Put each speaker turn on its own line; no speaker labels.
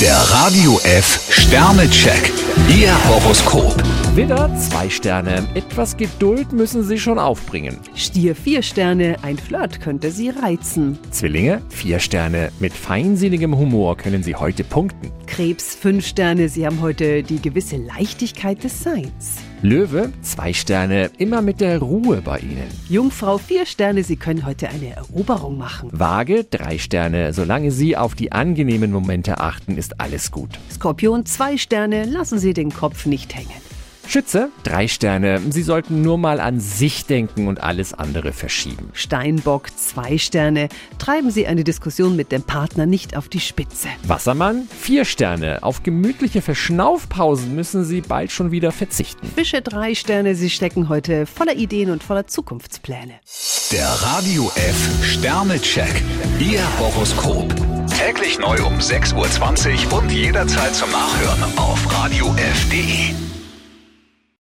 Der Radio F Sternecheck. Ihr Horoskop.
Widder, zwei Sterne. Etwas Geduld müssen Sie schon aufbringen.
Stier vier Sterne, ein Flirt könnte sie reizen.
Zwillinge, vier Sterne. Mit feinsinnigem Humor können Sie heute punkten.
Krebs fünf Sterne, sie haben heute die gewisse Leichtigkeit des Seins.
Löwe, zwei Sterne. Immer mit der Ruhe bei Ihnen.
Jungfrau vier Sterne, sie können heute eine Eroberung machen.
Waage, drei Sterne. Solange Sie auf die angenehmen Momente achten, ist alles gut.
Skorpion zwei Sterne, lassen Sie den Kopf nicht hängen.
Schütze, drei Sterne. Sie sollten nur mal an sich denken und alles andere verschieben.
Steinbock zwei Sterne, treiben Sie eine Diskussion mit dem Partner nicht auf die Spitze.
Wassermann, vier Sterne. Auf gemütliche Verschnaufpausen müssen Sie bald schon wieder verzichten.
Fische drei Sterne, sie stecken heute voller Ideen und voller Zukunftspläne.
Der Radio F Sternecheck. Ihr Horoskop. Täglich neu um 6.20 Uhr und jederzeit zum Nachhören auf Radio radiof.de.